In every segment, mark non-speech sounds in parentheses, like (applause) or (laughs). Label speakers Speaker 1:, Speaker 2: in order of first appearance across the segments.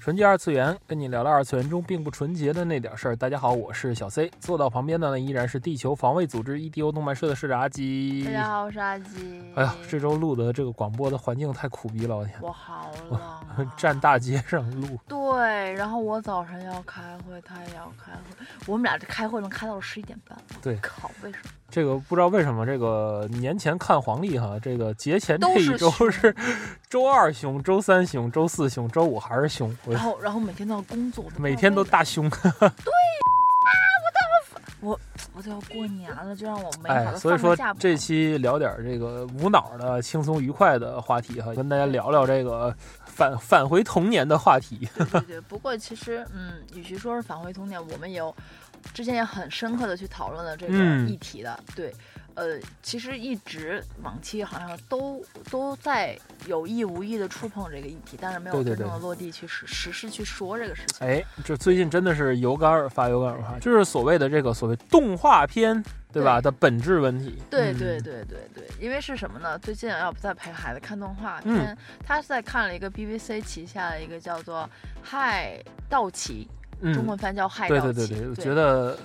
Speaker 1: 纯洁二次元，跟你聊聊二次元中并不纯洁的那点事儿。大家好，我是小 C，坐到旁边的呢依然是地球防卫组织 EDO 动漫社的社长阿基。
Speaker 2: 大家好，我是阿吉。
Speaker 1: 哎呀，这周录的这个广播的环境太苦逼了，我天！，
Speaker 2: 我好冷啊
Speaker 1: (laughs) 站。大街上录，
Speaker 2: 对，然后我早上要开会，他也要开会，我们俩这开会能开到十一点半。
Speaker 1: 对
Speaker 2: 靠，为什么？
Speaker 1: 这个不知道为什么，这个年前看黄历哈，这个节前这一周
Speaker 2: 都是
Speaker 1: 是周二凶，周三凶，周四凶，周五还是凶，我
Speaker 2: 然后，然后每天都要工作，我不知道
Speaker 1: 每天都
Speaker 2: 为什么。
Speaker 1: 大凶。
Speaker 2: 我都要过年了，就让我没法
Speaker 1: 哎，
Speaker 2: 的
Speaker 1: 所以
Speaker 2: 放
Speaker 1: 说
Speaker 2: 个假吧。
Speaker 1: 这期聊点儿这个无脑的、轻松愉快的话题哈，跟大家聊聊这个返返回童年的话题。
Speaker 2: 对对对，不过其实，嗯，与其说是返回童年，我们也有之前也很深刻的去讨论了这个
Speaker 1: 嗯
Speaker 2: 议题的。对，呃，其实一直往期好像都都在有意无意的触碰这个议题，但是没有
Speaker 1: 对对
Speaker 2: 真正
Speaker 1: 对
Speaker 2: 的落地去实实事去说这个事情。
Speaker 1: 哎，这最近真的是有感而发，有感而发，就是所谓的这个所谓动画片，对吧
Speaker 2: 对
Speaker 1: 的本质问题。
Speaker 2: 对
Speaker 1: 嗯
Speaker 2: 对，对对对，因为是什么呢？最近啊要不在陪孩子看动画
Speaker 1: 嗯
Speaker 2: 片，他是在看了一个 BBC 旗下的一个叫做《嗨道奇》，中文
Speaker 1: 嗯，
Speaker 2: 翻叫《嗨
Speaker 1: 对
Speaker 2: 道
Speaker 1: 对
Speaker 2: 奇
Speaker 1: 对》。对，我觉得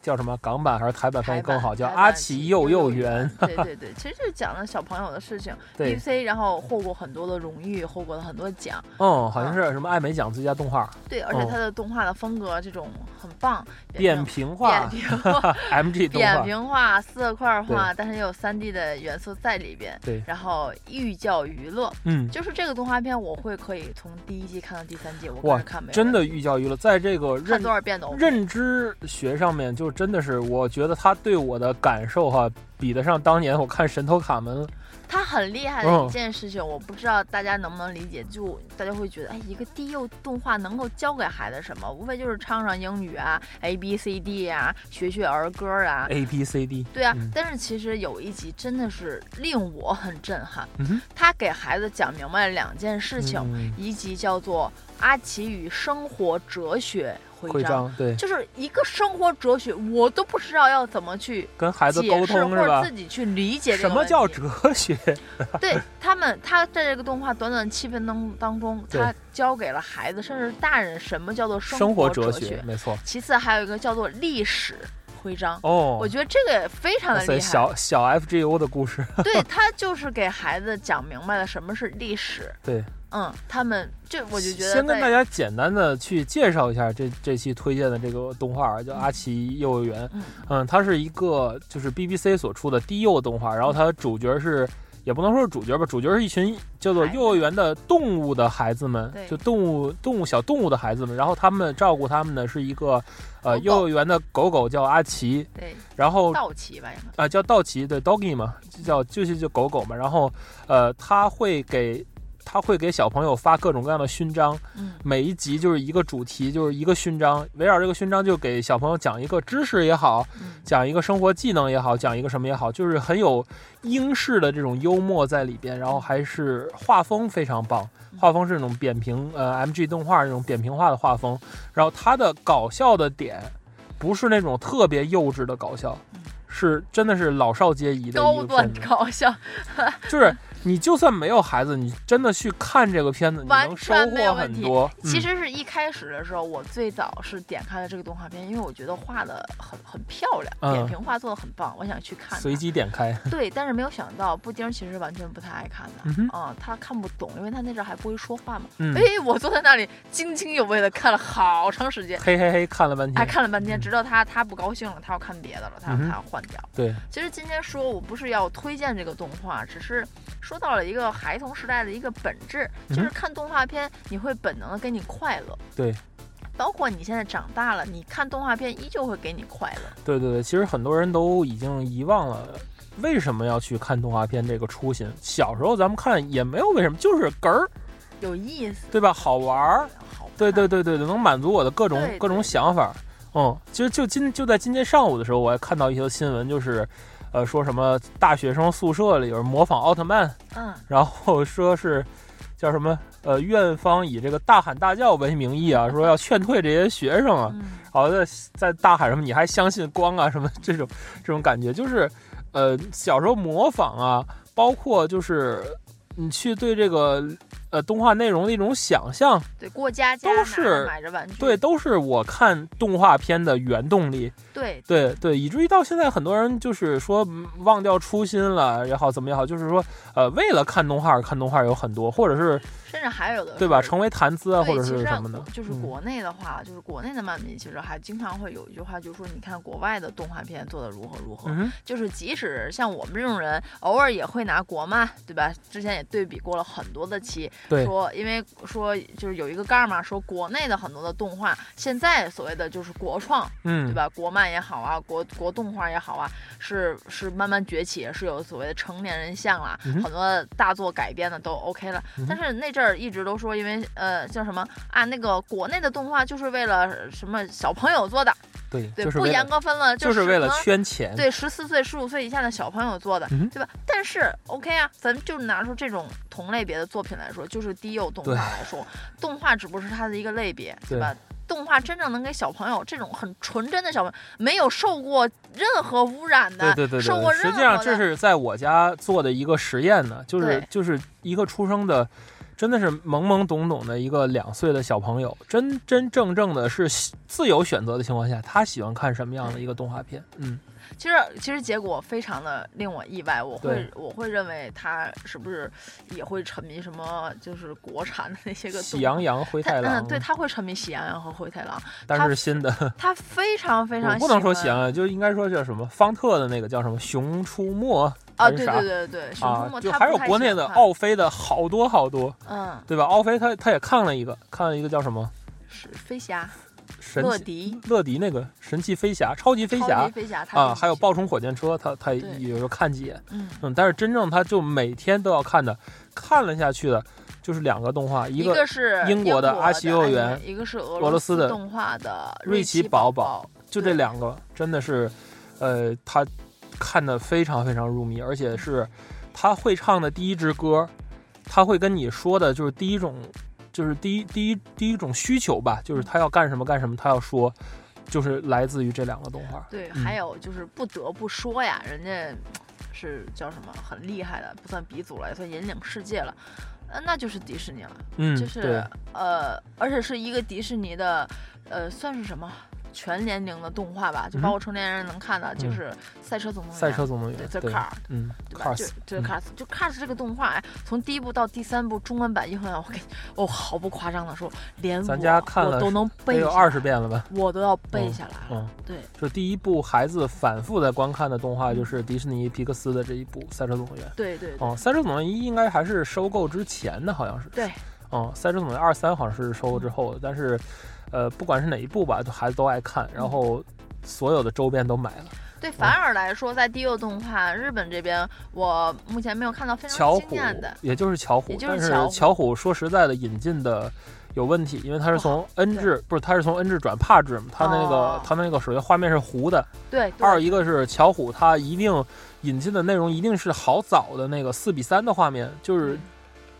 Speaker 1: 叫什么港版还是台版翻译
Speaker 2: 台
Speaker 1: 更
Speaker 2: 版
Speaker 1: 好，叫
Speaker 2: 台
Speaker 1: 阿
Speaker 2: 版
Speaker 1: 奇
Speaker 2: 奇
Speaker 1: 幼
Speaker 2: 幼
Speaker 1: 幼园。。
Speaker 2: 对对对，其实就是讲了小朋友的事情。
Speaker 1: 对，
Speaker 2: BBC 然后获过很多的荣誉，获过了很多奖。
Speaker 1: 嗯，好像是什么艾美奖最佳动画，
Speaker 2: 对，而且
Speaker 1: 哦
Speaker 2: 它的动画的风格这种很棒，
Speaker 1: 扁平化
Speaker 2: 扁平化 (laughs)
Speaker 1: MG 动
Speaker 2: 扁
Speaker 1: 画，
Speaker 2: 平化、色块化，但是也有3 D 的元素在里边。
Speaker 1: 对
Speaker 2: 然后寓教于乐，
Speaker 1: 嗯，
Speaker 2: 就是这个动画片，我会可以从第一季看到第三季，我
Speaker 1: 哇
Speaker 2: 跟着看没有
Speaker 1: 真
Speaker 2: 问
Speaker 1: 的寓教于乐，在这个认
Speaker 2: 题看多少遍都 OK。
Speaker 1: 认知学上面，就真的是，我觉得他对我的感受哈、比得上当年我看《神偷卡门》。
Speaker 2: 它很厉害
Speaker 1: 嗯
Speaker 2: 的一件事情，我不知道大家能不能理解，就大家会觉得，哎，一个低幼动画能够教给孩子什么？无非就是唱唱英语啊，A B C D 啊，学学儿歌啊。
Speaker 1: A B C D，
Speaker 2: 对啊，
Speaker 1: 嗯
Speaker 2: 但是其实有一集真的是令我很震撼，
Speaker 1: 嗯哼
Speaker 2: 他给孩子讲明白了两件事情，
Speaker 1: 嗯
Speaker 2: 一集叫做《阿奇与生活哲学
Speaker 1: 徽章对，
Speaker 2: 就是一个生活哲学，我都不知道要怎么去
Speaker 1: 跟孩子沟
Speaker 2: 解释
Speaker 1: 通
Speaker 2: 或
Speaker 1: 是
Speaker 2: 者
Speaker 1: 吧
Speaker 2: 自？己去理解这
Speaker 1: 什
Speaker 2: 个
Speaker 1: 么
Speaker 2: 问
Speaker 1: 叫
Speaker 2: 题
Speaker 1: 哲学？
Speaker 2: (laughs) 对他们，他在这个动画短短七分钟当中，
Speaker 1: 对
Speaker 2: 他教给了孩子甚至大人什么叫做
Speaker 1: 生
Speaker 2: 活
Speaker 1: 活哲
Speaker 2: 学。
Speaker 1: 没错。
Speaker 2: 其次还有一个叫做历史徽章。
Speaker 1: 哦
Speaker 2: 我，觉得这个也非常
Speaker 1: 哇
Speaker 2: 的
Speaker 1: 塞，
Speaker 2: 厉害，
Speaker 1: 小小 F G O 的故事， (laughs)
Speaker 2: 对他就是给孩子讲明白了什么是历史。
Speaker 1: (laughs) 对，
Speaker 2: 嗯，他们这我就觉得
Speaker 1: 先跟
Speaker 2: 在
Speaker 1: 大家简单的去介绍一下这这期推荐的这个动画，叫《阿奇幼儿园》。
Speaker 2: 嗯
Speaker 1: 嗯，它是一个就是 BBC 所出的低幼动画，然后它主角是。也不能说是主角吧，主角是一群叫做
Speaker 2: 孩子
Speaker 1: 幼儿园的动物的孩子们，
Speaker 2: 对
Speaker 1: 就动物动物小动物的孩子们。然后他们照顾他们的是一个，呃，
Speaker 2: 狗狗
Speaker 1: 幼儿园的狗狗叫阿奇，
Speaker 2: 对
Speaker 1: 然后
Speaker 2: 道奇吧，应该
Speaker 1: 啊、叫道奇，对，doggy 嘛，就叫就是就狗狗嘛。然后，呃，他会给他会给小朋友发各种各样的勋章，
Speaker 2: 嗯
Speaker 1: 每一集就是一个主题，就是一个勋章，围绕这个勋章就给小朋友讲一个知识也好，
Speaker 2: 嗯，
Speaker 1: (laughs) 讲一个生活技能也好，讲一个什么也好，就是很有英式的这种幽默在里边，然后还是画风非常棒，
Speaker 2: 嗯
Speaker 1: 画风是那种扁平呃 MG 动画那种扁平化的画风，然后它的搞笑的点不是那种特别幼稚的搞笑
Speaker 2: 嗯。
Speaker 1: 是，真的是老少皆宜的一
Speaker 2: 高
Speaker 1: 个
Speaker 2: 端
Speaker 1: 片子，
Speaker 2: 搞笑，
Speaker 1: 就是你就算没有孩子，你真的去看这个片子，你
Speaker 2: 完
Speaker 1: 能收
Speaker 2: 全没有
Speaker 1: 获
Speaker 2: 问
Speaker 1: 很
Speaker 2: 题
Speaker 1: 多。
Speaker 2: 其
Speaker 1: 嗯
Speaker 2: 实是一开始的时候，我最早是点开了这个动画片，因为我觉得画的很很漂亮，
Speaker 1: 嗯
Speaker 2: 扁平画做的很棒，我想去看它。
Speaker 1: 随机点开，
Speaker 2: 对，但是没有想到布丁其实完全不太爱看的
Speaker 1: 嗯，哼
Speaker 2: 啊、他看不懂，因为他那阵儿还不会说话嘛。
Speaker 1: 嗯
Speaker 2: 哎，，我坐在那里津津有味的看了好长时间。
Speaker 1: 嘿嘿嘿，看了半
Speaker 2: 哎，
Speaker 1: 天，
Speaker 2: 看了半天，
Speaker 1: 嗯
Speaker 2: 直到他他不高兴了，他要看别的了，他
Speaker 1: 嗯
Speaker 2: 要
Speaker 1: 哼
Speaker 2: 他要换掉。
Speaker 1: 对，
Speaker 2: 其实今天说我不是要推荐这个动画，只是说到了一个孩童时代的一个本质，就
Speaker 1: 嗯
Speaker 2: 是看动画片你会本能的给你快乐。
Speaker 1: 对。
Speaker 2: 包括你现在长大了，你看动画片依旧会给你快乐。
Speaker 1: 对对对，其实很多人都已经遗忘了为什么要去看动画片这个初心。小时候咱们看也没有为什么，就是哏儿，
Speaker 2: 有意思，
Speaker 1: 对吧？好玩儿，
Speaker 2: 好看，
Speaker 1: 对对对对对，能满足我的各种
Speaker 2: 对对
Speaker 1: 各种想法。嗯，其实就今就在今天上午的时候，我还看到一条新闻，就是，呃，说什么大学生宿舍里有人模仿奥特曼，
Speaker 2: 嗯，
Speaker 1: 然后说是叫什么呃，院方以这个大喊大叫为名义啊，说要劝退这些学生啊，
Speaker 2: 嗯，
Speaker 1: 好在在大喊什么你还相信光啊什么这种这种感觉，就是呃小时候模仿啊，包括就是你去对这个呃动画内容的一种想象，
Speaker 2: 对，过家家
Speaker 1: 都
Speaker 2: 拿着
Speaker 1: 是
Speaker 2: 买着玩具，
Speaker 1: 对，都是我看动画片的原动力。
Speaker 2: 对
Speaker 1: 对对，以至于到现在很多人就是说嗯忘掉初心了也好，怎么也好，就是说呃为了看动画而看动画有很多，或者是
Speaker 2: 甚至还有的
Speaker 1: 对吧，
Speaker 2: 是
Speaker 1: 成为谈资啊
Speaker 2: 对，
Speaker 1: 或者
Speaker 2: 其
Speaker 1: 是
Speaker 2: 实
Speaker 1: 什么的
Speaker 2: 国，就是
Speaker 1: 嗯
Speaker 2: 国内的话，就是国内的漫迷，其实还经常会有一句话，就是说，你看国外的动画片做的如何如何，
Speaker 1: 嗯哼
Speaker 2: (laughs) 就是即使像我们这种人，偶尔也会拿国漫，对吧？之前也对比过了很多的期，
Speaker 1: 对
Speaker 2: 说因为说就是有一个盖儿嘛，说国内的很多的动画，现在所谓的就是国创，对
Speaker 1: 嗯
Speaker 2: 吧？国漫也好啊，国国动画也好啊，是是慢慢崛起，是有所谓的成年人像啦，
Speaker 1: 嗯哼
Speaker 2: 很多大作改编的都 OK 了。
Speaker 1: 嗯哼
Speaker 2: 但是那阵儿一直都说，因为呃叫什么啊，那个国内的动画就是为了什么小朋友做的，
Speaker 1: 对，
Speaker 2: 对，
Speaker 1: 就是
Speaker 2: 不
Speaker 1: 为
Speaker 2: 严
Speaker 1: 了
Speaker 2: 格分了，
Speaker 1: 就是
Speaker 2: 是
Speaker 1: 为了
Speaker 2: 可能
Speaker 1: 圈钱，
Speaker 2: 对十四岁、十五岁以下的小朋友做的，
Speaker 1: 哎嗯哼
Speaker 2: 对吧？但是 OK 啊，咱们就拿出这种同类别的作品来说，就是低幼动画
Speaker 1: 对
Speaker 2: 来说，动画只不过是它的一个类别，
Speaker 1: 对
Speaker 2: 对吧？动画真正能给小朋友这种很纯真的小朋友，没有受过任何污染的，
Speaker 1: 对对对
Speaker 2: 受过
Speaker 1: 对，实
Speaker 2: 任何的，
Speaker 1: 际上这是在我家做的一个实验呢，就是
Speaker 2: 对
Speaker 1: 就是一个出生的，真的是懵懵懂懂的一个两岁的小朋友，真真正正的是喜自由选择的情况下，他喜欢看什么样的一个动画片？嗯，
Speaker 2: 其实其实结果非常的令我意外，我会
Speaker 1: 对
Speaker 2: 我会认为他是不是也会沉迷什么就是国产的那些个
Speaker 1: 喜
Speaker 2: 动画。
Speaker 1: 羊羊、灰
Speaker 2: 他
Speaker 1: 太狼，
Speaker 2: 嗯，对，他会沉迷喜羊羊和灰太狼，
Speaker 1: 但是新的，
Speaker 2: 他非常非常
Speaker 1: 我不能说
Speaker 2: 喜
Speaker 1: 喜
Speaker 2: 欢
Speaker 1: 羊羊，就应该说叫什么方特的那个叫什么《熊出没》
Speaker 2: 啊，
Speaker 1: 还是
Speaker 2: 对
Speaker 1: 啥
Speaker 2: 对对对，熊出
Speaker 1: 啊
Speaker 2: 没，
Speaker 1: 就
Speaker 2: 他
Speaker 1: 还
Speaker 2: 不
Speaker 1: 有
Speaker 2: 太
Speaker 1: 国
Speaker 2: 喜
Speaker 1: 内
Speaker 2: 欢
Speaker 1: 的
Speaker 2: 看，
Speaker 1: 奥飞的好多好多，
Speaker 2: 嗯，
Speaker 1: 对吧？奥飞他他也看了一个，看了一个叫什么
Speaker 2: 是飞侠、
Speaker 1: 神
Speaker 2: 乐
Speaker 1: 奇
Speaker 2: 迪、
Speaker 1: 乐迪那个神奇飞侠、超级飞
Speaker 2: 超
Speaker 1: 侠
Speaker 2: 级飞侠他
Speaker 1: 啊，
Speaker 2: 都
Speaker 1: 还有
Speaker 2: 喜
Speaker 1: 爆冲火箭车，他他
Speaker 2: 对
Speaker 1: 有时候看几眼，
Speaker 2: 嗯，
Speaker 1: 嗯，但是真正他就每天都要看的，看了下去的，就是两个动画，一
Speaker 2: 一
Speaker 1: 个
Speaker 2: 是
Speaker 1: 英国的
Speaker 2: 的哎
Speaker 1: 阿西幼园，
Speaker 2: 一个是俄
Speaker 1: 俄罗斯
Speaker 2: 斯
Speaker 1: 的
Speaker 2: 动画的
Speaker 1: 瑞奇
Speaker 2: 奇
Speaker 1: 宝
Speaker 2: 宝
Speaker 1: 宝，就这
Speaker 2: 对
Speaker 1: 两个，真的是，呃，他看的非常非常入迷，而且是他会唱的第一支歌，他会跟你说的就是第一种，就是第一第一第一种需求吧，就是他要干什么干什么，他要说，就是来自于这两个动画，
Speaker 2: 对，
Speaker 1: 嗯
Speaker 2: 还有就是不得不说呀，人家是叫什么很厉害的，不算鼻祖了，也算引领世界了。呃，那就是迪士尼了，
Speaker 1: 嗯，
Speaker 2: 就
Speaker 1: 对
Speaker 2: 是呃，而且是一个迪士尼的，呃，算是什么全年龄的动画吧，就
Speaker 1: 嗯
Speaker 2: 包括成年人能看的，就
Speaker 1: 嗯
Speaker 2: 是《赛车总动员》。
Speaker 1: 赛车总动员
Speaker 2: 对，，The
Speaker 1: 对
Speaker 2: Car，
Speaker 1: 嗯
Speaker 2: 对吧？就
Speaker 1: ，Cars，
Speaker 2: 这
Speaker 1: 嗯
Speaker 2: 个 Cars，、就 Cars 这个动画，哎，从第一部到第三部中文版英文版，我跟你我毫不夸张的说，连
Speaker 1: 咱
Speaker 2: 我
Speaker 1: 家看了
Speaker 2: 我都能
Speaker 1: 得
Speaker 2: 背
Speaker 1: 有
Speaker 2: 下
Speaker 1: 二十
Speaker 2: 来，
Speaker 1: 遍了吧。
Speaker 2: 我都要背下来了。
Speaker 1: 嗯，
Speaker 2: 对，
Speaker 1: 就第一部孩子反复在观看的动画就是迪士尼皮克斯的这一部《赛车总动员》。
Speaker 2: 对对对
Speaker 1: 哦，《赛车总动员一》应该还是收购之前的，好像是。
Speaker 2: 对。
Speaker 1: 嗯，《赛车总动员二》三好像是收购之后的，但是，呃，不管是哪一部吧，就孩子都爱看，
Speaker 2: 嗯
Speaker 1: 然后所有的周边都买了。
Speaker 2: 对，反而来说，在低幼动画日本这边，我目前没有看到非
Speaker 1: 巧
Speaker 2: 常惊
Speaker 1: 虎
Speaker 2: 艳的，。
Speaker 1: 也就是巧虎
Speaker 2: 也，就是
Speaker 1: 但是
Speaker 2: 巧虎
Speaker 1: 巧虎说实在的，引进的。有问题，因为它是从 N 制，不是它是从 N 制转帕制嘛，它那个
Speaker 2: 哦
Speaker 1: 它那个首先画面是糊的，
Speaker 2: 对，对
Speaker 1: 二一个是巧虎，它一定引进的内容一定是好早的那个四比三的画面，
Speaker 2: 嗯
Speaker 1: 就是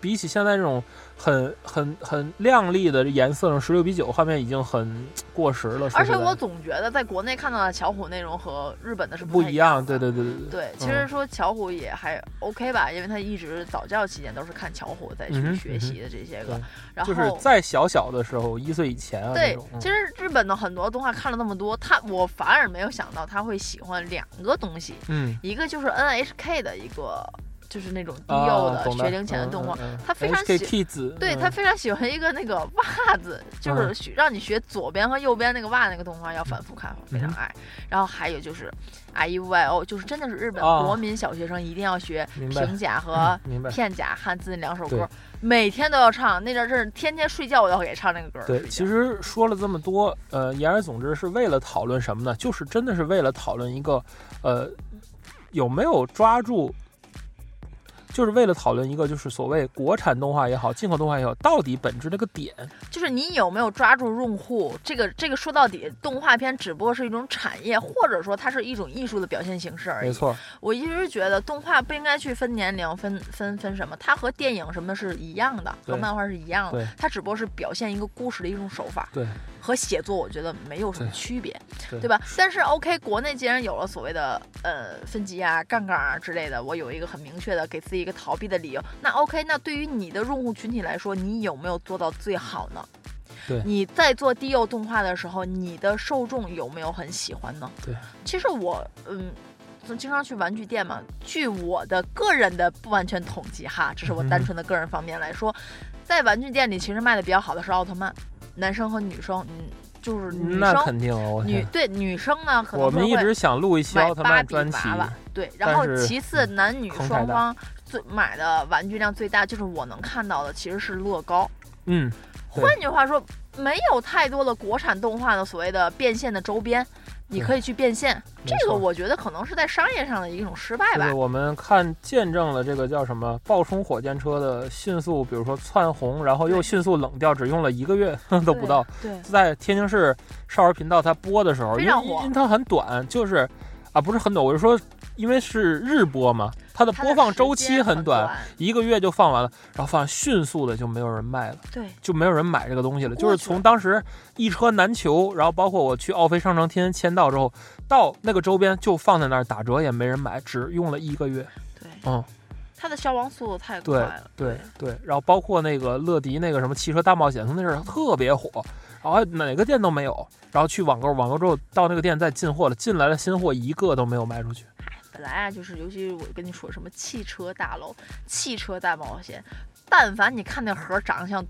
Speaker 1: 比起现在这种很很很亮丽的颜色上十六比九画面已经很过时了。说
Speaker 2: 而
Speaker 1: 实
Speaker 2: 且
Speaker 1: 在
Speaker 2: 我
Speaker 1: 的
Speaker 2: 总觉得在国内看到的巧虎内容和日本的是
Speaker 1: 不
Speaker 2: 太
Speaker 1: 一
Speaker 2: 一
Speaker 1: 样，
Speaker 2: 样
Speaker 1: 对
Speaker 2: 的。
Speaker 1: 对对对对。
Speaker 2: 对，其实说巧虎也还 OK 吧，因为他一直早教期间都是看巧虎再
Speaker 1: 嗯哼
Speaker 2: 去学
Speaker 1: 嗯哼
Speaker 2: 习的这些个，
Speaker 1: 对
Speaker 2: 然后
Speaker 1: 就是在小小的时候，一岁以前啊那
Speaker 2: 对
Speaker 1: 种，，嗯
Speaker 2: 其实日本的很多动画看了那么多，他我反而没有想到他会喜欢两个东西，
Speaker 1: 嗯，
Speaker 2: 一个就是 NHK 的一个就是那种低幼
Speaker 1: 啊
Speaker 2: 的
Speaker 1: 懂
Speaker 2: 学龄前的动画，
Speaker 1: 嗯嗯嗯
Speaker 2: 他非常
Speaker 1: HK
Speaker 2: 喜
Speaker 1: Kids，
Speaker 2: 对
Speaker 1: 嗯
Speaker 2: 他非常喜欢一个那个袜子，就是学让你学左边和右边那个袜那个动画，要反复看，
Speaker 1: 嗯
Speaker 2: 非常爱。然后还有就是，I U Y O，就是真的是日本
Speaker 1: 啊
Speaker 2: 国民小学生一定要学
Speaker 1: 明白
Speaker 2: 平假和
Speaker 1: 嗯明白。
Speaker 2: 片假汉字那两首
Speaker 1: 对
Speaker 2: 歌，每天都要唱。那阵儿真是天天睡觉我都要给唱那个歌儿。
Speaker 1: 对，
Speaker 2: 睡觉
Speaker 1: 其实说了这么多，呃，言而总之是为了讨论什么呢？就是真的是为了讨论一个，呃，有没有抓住就是为了讨论一个就是所谓国产动画也好，进口动画也好，到底本质那个点。
Speaker 2: 就是你有没有抓住用户？这个这个说到底，动画片只不过是一种产业，或者说它是一种艺术的表现形式而已。
Speaker 1: 没错，
Speaker 2: 我一直觉得动画不应该去分年龄、分分分什么，它和电影什么的是一样的，
Speaker 1: 对
Speaker 2: 和漫画是一样的
Speaker 1: 对，
Speaker 2: 它只不过是表现一个故事的一种手法，
Speaker 1: 对，
Speaker 2: 和写作我觉得没有什么
Speaker 1: 对
Speaker 2: 区别，
Speaker 1: 对
Speaker 2: 吧？但是 OK，国内既然有了所谓的呃分级啊、杠杆啊之类的，我有一个很明确的给自己一个逃避的理由，那 OK，那对于你的用户群体来说，你有没有做到最好呢？
Speaker 1: 对
Speaker 2: 你在做低幼动画的时候，你的受众有没有很喜欢呢？
Speaker 1: 对，
Speaker 2: 其实我嗯，就经常去玩具店嘛。据我的个人的不完全统计哈，这是
Speaker 1: 嗯
Speaker 2: 我单纯的个人方面来说，在玩具店里其实卖的比较好的是奥特曼，男生和女生，嗯，就是女
Speaker 1: 那
Speaker 2: 生
Speaker 1: 肯定啊！我
Speaker 2: 女
Speaker 1: 天，
Speaker 2: 对女生呢，可能
Speaker 1: 我们
Speaker 2: 会
Speaker 1: 一直想录一期
Speaker 2: 买
Speaker 1: 奥特
Speaker 2: 芭
Speaker 1: 曼
Speaker 2: 比
Speaker 1: 专题，
Speaker 2: 娃娃，对，
Speaker 1: 但
Speaker 2: 然后
Speaker 1: 是嗯
Speaker 2: 其次男女
Speaker 1: 坑
Speaker 2: 双
Speaker 1: 太大
Speaker 2: 方最买的玩具量最大，就是我能看到的其实是乐高。
Speaker 1: 嗯，对
Speaker 2: 换句话说，没有太多的国产动画的所谓的变现的周边，你可以去变现。
Speaker 1: 没
Speaker 2: 这个
Speaker 1: 错
Speaker 2: 我觉得可能是在商业上的一种失败
Speaker 1: 就
Speaker 2: 吧
Speaker 1: 是。我们看见证了这个叫什么爆冲火箭车的迅速，比如说窜红，然后又
Speaker 2: 对
Speaker 1: 迅速冷掉，只用了一个月 (laughs) 都不到。
Speaker 2: 对，
Speaker 1: 在天津市少儿频道它播的时候，
Speaker 2: 非
Speaker 1: 因为
Speaker 2: 常
Speaker 1: 因
Speaker 2: 火
Speaker 1: 为它很短，就是啊不是很短，我是说因为是日播嘛，它的
Speaker 2: 它的
Speaker 1: 播放
Speaker 2: 时
Speaker 1: 周
Speaker 2: 间
Speaker 1: 期
Speaker 2: 很
Speaker 1: 短，，一个月就放完了，然后放完迅速的就没有人卖了。
Speaker 2: 对，
Speaker 1: 就没有人买这个东西了。
Speaker 2: 过去
Speaker 1: 就是从当时一车难求，然后包括我去奥飞商城天天签到之后，到那个周边就放在那儿打折，也没人买，只用了一个月。
Speaker 2: 对，
Speaker 1: 嗯，
Speaker 2: 它的消亡速度太快
Speaker 1: 对
Speaker 2: 了。
Speaker 1: 对对，然后包括那个乐迪那个什么汽车大冒险，从那阵儿特别火，然后哪个店都没有，然后去网购，网购之后到那个店再进货了，进来的新货一个都没有卖出去。
Speaker 2: 本来啊，就是尤其是我跟你说什么汽车大楼、汽车大冒险，但凡你看那盒长得像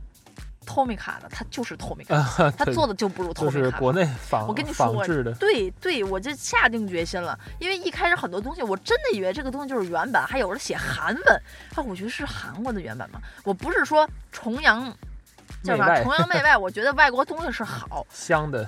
Speaker 2: 托米卡的，它就是托米卡，
Speaker 1: (laughs) 啊，
Speaker 2: 它
Speaker 1: 对
Speaker 2: 做的就不如托
Speaker 1: 就
Speaker 2: 米
Speaker 1: 是
Speaker 2: 卡。
Speaker 1: 国内仿
Speaker 2: 我跟你说
Speaker 1: 仿制的，
Speaker 2: 对对，我就下定决心了，因为一开始很多东西我真的以为这个东西就是原版，还有人写韩文，啊，我觉得是韩国的原版嘛，我不是说崇洋叫
Speaker 1: 媚
Speaker 2: 啥
Speaker 1: 外
Speaker 2: 崇洋媚外，我觉得外国东西是好，
Speaker 1: 香的，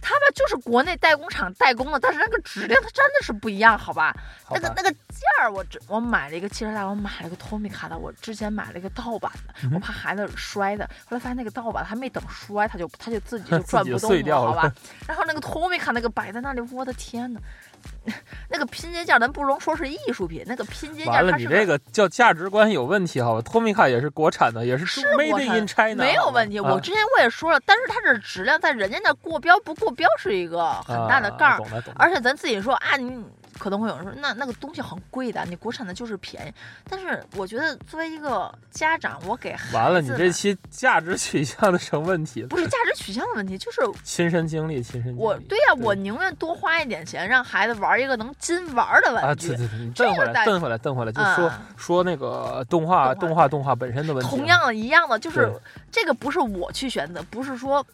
Speaker 2: 他们就是国内代工厂代工的，但是那个质量它真的是不一样，好吧？
Speaker 1: 好
Speaker 2: 那个
Speaker 1: 吧？
Speaker 2: 那个件儿，我只我买了一个汽车大，我买了个托米卡的，我之前买了一个盗版的，
Speaker 1: 嗯
Speaker 2: 我怕孩子摔的，后来发现那个盗版还没等摔，它就它就自己
Speaker 1: (laughs)
Speaker 2: 就
Speaker 1: 自己
Speaker 2: 转
Speaker 1: 就
Speaker 2: 不动
Speaker 1: 碎掉
Speaker 2: 好
Speaker 1: 了
Speaker 2: 吧？然后那个托米卡那个摆在那里，我的天呐， (laughs) 那个拼接件儿咱不能说是艺术品，那个拼接件
Speaker 1: 完
Speaker 2: 儿
Speaker 1: 了，
Speaker 2: 它
Speaker 1: 你
Speaker 2: 是
Speaker 1: 这
Speaker 2: 个。
Speaker 1: 个叫价值观有问题，好吧？托米卡也是国产的，也是
Speaker 2: 是
Speaker 1: made
Speaker 2: 国
Speaker 1: in
Speaker 2: 产
Speaker 1: China，
Speaker 2: 没有
Speaker 1: 好吧
Speaker 2: 问题。我
Speaker 1: 啊
Speaker 2: 之前我也说了，但是它这质量在人家那过标不过标是一个很大的
Speaker 1: 啊
Speaker 2: 杠儿，
Speaker 1: 懂了懂了。
Speaker 2: 而且咱自己说啊，你可能会有人说，那那个东西很贵的，你国产的就是便宜。但是我觉得作为一个家长，我给孩子
Speaker 1: 完了，你这
Speaker 2: 买
Speaker 1: 期价值取向的成问题了，
Speaker 2: 不是价值取向的问题，就是
Speaker 1: 亲身经历，亲身经历。
Speaker 2: 我对呀、我宁愿多花一点钱，让孩子玩一个能金玩的
Speaker 1: 啊，
Speaker 2: 玩具。
Speaker 1: 对对对，你
Speaker 2: 这
Speaker 1: 瞪
Speaker 2: 个
Speaker 1: 回来，
Speaker 2: 大
Speaker 1: 瞪回来，瞪回来，就说
Speaker 2: 啊
Speaker 1: 说那个动画，动
Speaker 2: 动画
Speaker 1: 画，动画本身的问题。
Speaker 2: 同，样的一样的，就是
Speaker 1: 对
Speaker 2: 这个不是我去选择，不是说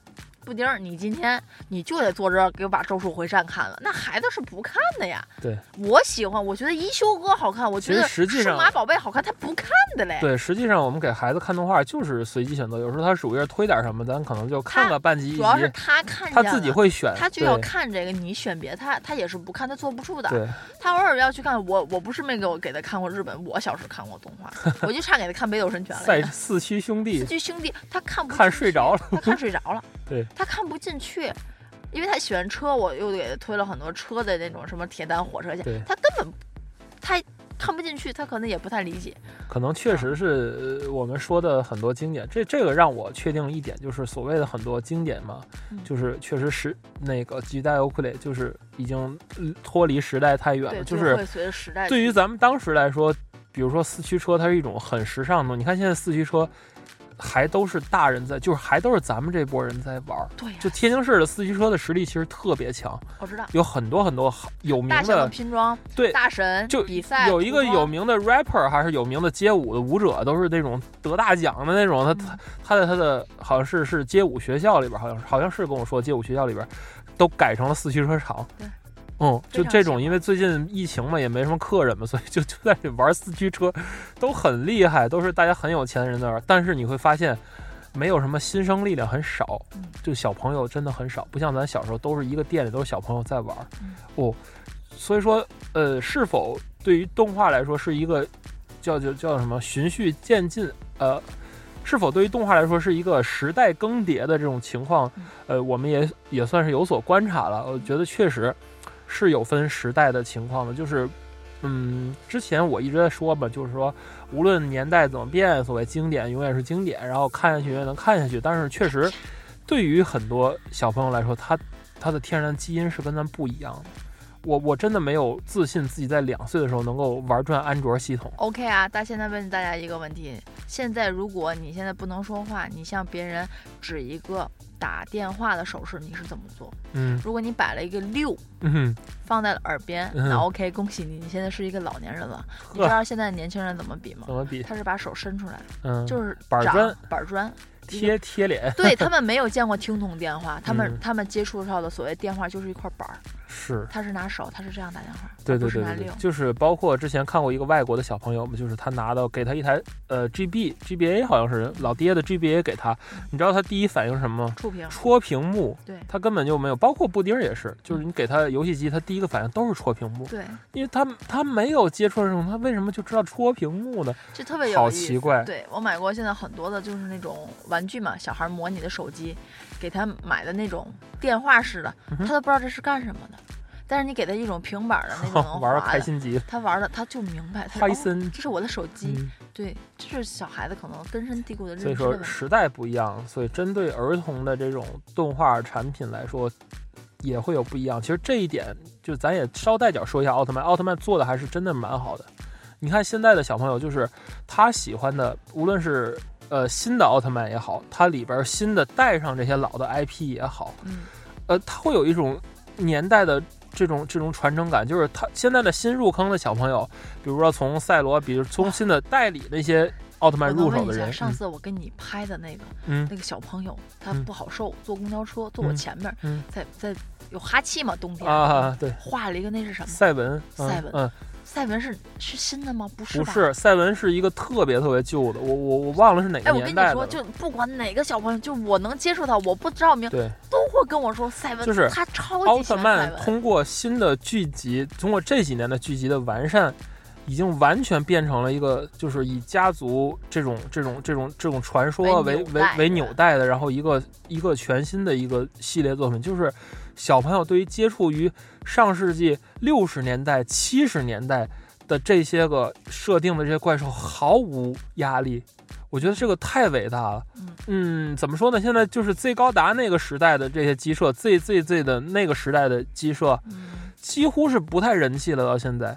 Speaker 2: 布丁儿，你今天你就得坐这儿给我把《咒术回战》看了，那孩子是不看的呀。
Speaker 1: 对，
Speaker 2: 我喜欢，我觉得《一休哥》好看，我觉
Speaker 1: 其实
Speaker 2: 得
Speaker 1: 实际
Speaker 2: 数
Speaker 1: 上
Speaker 2: 码宝贝》好看，他不看的嘞。
Speaker 1: 对，实际上我们给孩子看动画就是随机选择，有时候他主页推点什么，咱可能就看
Speaker 2: 他
Speaker 1: 个半集一
Speaker 2: 主要是
Speaker 1: 集，
Speaker 2: 他看见
Speaker 1: 他自己
Speaker 2: 了
Speaker 1: 会选，
Speaker 2: 他就要
Speaker 1: 对
Speaker 2: 看这个，你选别的他，他也是不看，他坐不住的。
Speaker 1: 对，
Speaker 2: 他偶尔要去看，我我不是没给我给他看过日本，我小时候看过动
Speaker 1: (laughs)
Speaker 2: 画，我就差给他看《北斗神拳》
Speaker 1: 赛
Speaker 2: 了。
Speaker 1: 四驱兄弟
Speaker 2: 四驱兄弟，他看不
Speaker 1: 看
Speaker 2: 进
Speaker 1: 睡
Speaker 2: 去，
Speaker 1: 着了，，
Speaker 2: 他看睡着了
Speaker 1: (laughs) 对，
Speaker 2: 他看不进去，因为他喜欢车，我又给他推了很多车的那种什么铁胆火车去
Speaker 1: 对，
Speaker 2: 他根本他看不进去，他可能也不太理解。
Speaker 1: 可能确实是呃我们说的很多经典，这这个让我确定一点，就是所谓的很多经典嘛，
Speaker 2: 嗯
Speaker 1: 就是确实时那个吉代欧克雷就是已经呃脱离时代太远
Speaker 2: 对，
Speaker 1: 了，啊就
Speaker 2: 会
Speaker 1: 是
Speaker 2: 随着时代
Speaker 1: 对于咱们当时来说，比如说四驱车，它是一种很时尚的东西。你看现在四驱车还都是大人在，就是还都是咱们这波人在玩儿。
Speaker 2: 对呀、
Speaker 1: 就天津市的四驱车的实力其实特别强，
Speaker 2: 我知道
Speaker 1: 有很多很多好有名
Speaker 2: 大象的
Speaker 1: 的，
Speaker 2: 拼装、
Speaker 1: 对，
Speaker 2: 大神
Speaker 1: 就
Speaker 2: 比赛
Speaker 1: 有一个
Speaker 2: 涂装
Speaker 1: 有名的 rapper，还是有名的街舞的舞者，都是那种得大奖的那种。
Speaker 2: 嗯
Speaker 1: 他他他在他的好像是是街舞学校里边，好像是好像是跟我说街舞学校里边都改成了四驱车场。
Speaker 2: 对，
Speaker 1: 嗯，就
Speaker 2: 非常
Speaker 1: 这
Speaker 2: 喜
Speaker 1: 种，
Speaker 2: 欢
Speaker 1: 因为最近疫情嘛，也没什么客人嘛， (laughs) 所以就就在这玩四驱车，都很厉害，都是大家很有钱的人在玩。但是你会发现。没有什么新生力量，很少
Speaker 2: 嗯，
Speaker 1: 就小朋友真的很少，不像咱小时候都是一个店里都是小朋友在玩儿
Speaker 2: 嗯，
Speaker 1: 哦，所以说呃，是否对于动画来说是一个叫叫叫什么循序渐进，呃，是否对于动画来说是一个时代更迭的这种情况，呃，我们也也算是有所观察了。我觉得确实是有分时代的情况的，就是。嗯，之前我一直在说嘛，就是说，无论年代怎么变，所谓经典永远是经典，然后看下去也能看下去。但是确实，对于很多小朋友来说，他他的天然基因是跟咱不一样的。我我真的没有自信自己在两岁的时候能够玩转安卓系统。
Speaker 2: OK 啊，大现在问大家一个问题：现在如果你现在不能说话，你向别人指一个打电话的手势，你是怎么做？
Speaker 1: 嗯
Speaker 2: 如果你摆了一个六
Speaker 1: 嗯哼，
Speaker 2: 放在了耳边，
Speaker 1: 嗯
Speaker 2: 那 OK，恭喜你，你现在是一个老年人了。你
Speaker 1: (laughs)
Speaker 2: 知
Speaker 1: 呵，
Speaker 2: 道现在年轻人怎么比吗
Speaker 1: 怎？么比？
Speaker 2: 他是把手伸出来，
Speaker 1: 嗯，
Speaker 2: 就是
Speaker 1: 板儿
Speaker 2: 掌
Speaker 1: 砖，
Speaker 2: 板儿砖。
Speaker 1: 贴贴脸
Speaker 2: 对他们没有见过听筒电话，他们
Speaker 1: 嗯
Speaker 2: 他们接触到的所谓电话就是一块板儿，
Speaker 1: (laughs) 是，
Speaker 2: 他是拿手，他是这样打电话，
Speaker 1: 对对
Speaker 2: 啊不是
Speaker 1: 对
Speaker 2: 拿
Speaker 1: 对对
Speaker 2: 六，。
Speaker 1: 就是包括之前看过一个外国的小朋友嘛，就是他拿到给他一台呃 GB GBA 好像是老爹的 GBA 给他，你知道他第一反应是什么吗？
Speaker 2: 触屏，
Speaker 1: 戳屏幕，
Speaker 2: 对
Speaker 1: 他根本就没有，包括布丁儿也是，就是你给他游戏机，他第一个反应都是戳屏幕，
Speaker 2: 对，
Speaker 1: 因为他他没有接触这种，他为什么就知道戳屏幕呢？
Speaker 2: 这特别有
Speaker 1: 好
Speaker 2: 意思
Speaker 1: 奇怪
Speaker 2: 对我买过现在很多的就是那种玩具嘛，小孩模拟的手机，给他买的那种电话式的，
Speaker 1: 嗯哼
Speaker 2: 他都不知道这是干什么的。但是你给他一种平板的
Speaker 1: (laughs)
Speaker 2: 那种
Speaker 1: (laughs)
Speaker 2: 能
Speaker 1: 玩儿
Speaker 2: 滑
Speaker 1: 开
Speaker 2: 的
Speaker 1: 心极了。
Speaker 2: 他玩的他就明白，他
Speaker 1: 开
Speaker 2: 说哦
Speaker 1: 心，
Speaker 2: 这是我的手机。
Speaker 1: 嗯，
Speaker 2: 对，这是小孩子可能根深蒂固的认
Speaker 1: 所以
Speaker 2: 知的问
Speaker 1: 说
Speaker 2: 题。
Speaker 1: 时代不一样，所以针对儿童的这种动画产品来说，也会有不一样。其实这一点，就咱也捎带脚说一下奥特曼，奥特曼做的还是真的蛮好的。你看现在的小朋友，就是他喜欢的，无论是呃新的奥特曼也好，它里边新的带上这些老的 IP 也好，
Speaker 2: 嗯，
Speaker 1: 呃，他会有一种年代的这种这种传承感，就是他现在的新入坑的小朋友，比如说从赛罗，比如从新的代理那些奥特
Speaker 2: 我
Speaker 1: 曼
Speaker 2: 能
Speaker 1: 入手
Speaker 2: 问
Speaker 1: 的
Speaker 2: 一下，
Speaker 1: 人，
Speaker 2: 上次我跟你拍的那个
Speaker 1: 嗯
Speaker 2: 那个小朋友，他
Speaker 1: 嗯
Speaker 2: 不好受，坐公交车坐我
Speaker 1: 嗯
Speaker 2: 前面，
Speaker 1: 嗯
Speaker 2: 在在有哈气嘛，冬
Speaker 1: 嗯
Speaker 2: 天
Speaker 1: 啊，对，
Speaker 2: 画了一个那是什么？
Speaker 1: 赛文，嗯
Speaker 2: 赛文
Speaker 1: 嗯，
Speaker 2: 赛文是是新的吗？不是
Speaker 1: 不
Speaker 2: 吧？
Speaker 1: 是，赛文是一个特别特别旧的，我我我忘了是哪
Speaker 2: 哎，
Speaker 1: 个
Speaker 2: 我跟
Speaker 1: 年
Speaker 2: 你
Speaker 1: 代的
Speaker 2: 说，
Speaker 1: 了。
Speaker 2: 就不管哪个小朋友，就我能接触到，我不知道名，
Speaker 1: 对，
Speaker 2: 都会跟我说赛文，
Speaker 1: 就是
Speaker 2: 他超级
Speaker 1: 奥
Speaker 2: 喜
Speaker 1: 特
Speaker 2: 欢
Speaker 1: 曼
Speaker 2: 赛文
Speaker 1: 通过新的剧集，通过这几年的剧集的完善，已经完全变成了一个就是以家族这种这种这种这种传说
Speaker 2: 为
Speaker 1: 为
Speaker 2: 纽
Speaker 1: 为
Speaker 2: 带
Speaker 1: 为
Speaker 2: 的
Speaker 1: 纽带的，然后一个一个全新的一个系列作品，就是小朋友对于接触于上世纪六十年代、七十年代的这些个设定的这些怪兽毫无压力。我觉得这个太伟大了。嗯，怎么说呢？现在就是 Z 高达那个时代的这些鸡舍，Z Z Z 的那个时代的鸡舍，
Speaker 2: 嗯，
Speaker 1: 几乎是不太人气了，到现在，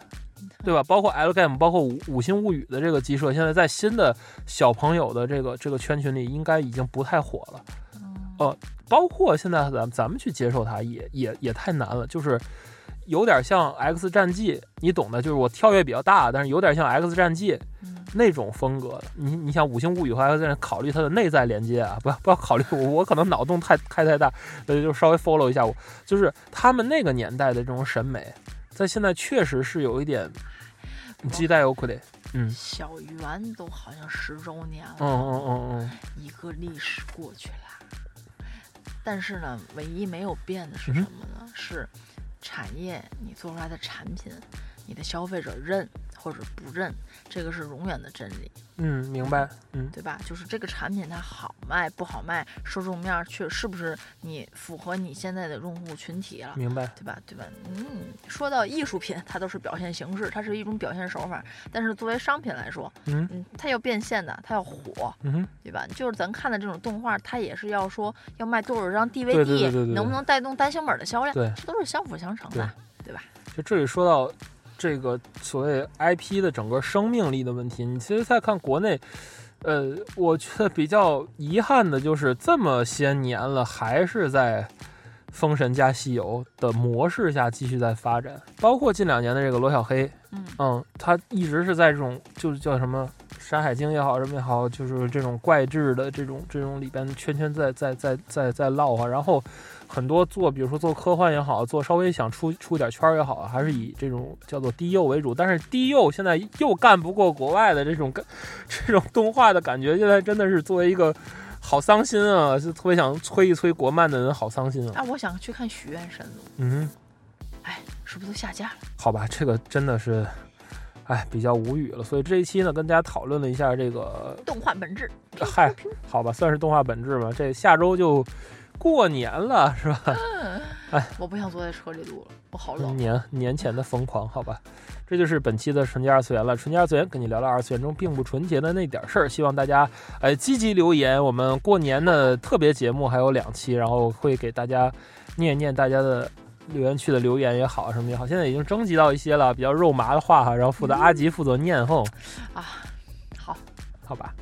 Speaker 1: 对吧？包括 L Game，包括五五星物语的这个鸡舍，现在在新的小朋友的这个这个圈群里，应该已经不太火了。
Speaker 2: 嗯
Speaker 1: 包括现在咱咱们去接受它也也也太难了，就是有点像 X 战记，你懂的，就是我跳跃比较大，但是有点像 X 战记
Speaker 2: 嗯
Speaker 1: 那种风格的。你你像五星物语和 X 战记，考虑它的内在连接啊，不要不要考虑我，我可能脑洞太开太大，呃，就稍微 follow 一下我，就是他们那个年代的这种审美，在现在确实是有一点嗯鸡蛋有苦的。
Speaker 2: 小圆都好像十周年了，
Speaker 1: 嗯嗯嗯嗯，
Speaker 2: 一个历史过去了。但是呢，唯一没有变的是
Speaker 1: 嗯
Speaker 2: 什
Speaker 1: 哼
Speaker 2: 么呢？是产业，你做出来的产品，你的消费者认或者不认，这个是永远的真理。
Speaker 1: 嗯，明白。嗯
Speaker 2: 对吧？就是这个产品它好卖不好卖，受众面儿去是不是你符合你现在的用户群体了，
Speaker 1: 明白。
Speaker 2: 对吧？对吧？嗯，说到艺术品，它都是表现形式，它是一种表现手法。但是作为商品来说，
Speaker 1: 嗯
Speaker 2: 嗯，它要变现的，它要火，
Speaker 1: 嗯哼，
Speaker 2: 对吧？就是咱看的这种动画，它也是要说要卖多少张 DVD，
Speaker 1: 对对对
Speaker 2: 能不能带动单行本的销量，
Speaker 1: 对。
Speaker 2: 这都是相辅相成的。
Speaker 1: 就这里说到这个所谓 IP 的整个生命力的问题，你其实再看国内，呃，我觉得比较遗憾的就是这么些年了，还是在《封神》加《西游》的模式下继续在发展，包括近两年的这个罗小黑，
Speaker 2: 嗯
Speaker 1: 嗯，他一直是在这种就是叫什么《山海经》也好，什么也好，就是这种怪制的这种这种里边圈圈在在在在在唠啊。然后很多做，比如说做科幻也好，做稍微想出出点圈儿也好，还是以这种叫做低幼为主。但是低幼现在又干不过国外的这种感这种动画的感觉，现在真的是作为一个好伤心啊，就特别想催一催国漫的人，好伤心啊。
Speaker 2: 啊，我想去看《许愿神族
Speaker 1: 嗯哼。》，
Speaker 2: 是不是都下架了？
Speaker 1: 好吧，这个真的是哎，比较无语了。所以这一期呢，跟大家讨论了一下这个，
Speaker 2: 动画本质，
Speaker 1: 嗨，好吧，算是动画本质吧。这下周就过年了，是吧？
Speaker 2: 我不想坐在车里录了，我好冷。
Speaker 1: 年年前的疯狂，好吧，这就是本期的纯洁二次元了。纯洁二次元跟你聊聊二次元中并不纯洁的那点事儿，希望大家呃积极留言。我们过年的特别节目还有两期，然后会给大家念一念大家的留言区的留言也好，什么也好，现在已经征集到一嗯些了，比较肉麻的话哈，然后负责阿吉负责念后，
Speaker 2: 啊，好，
Speaker 1: 好吧，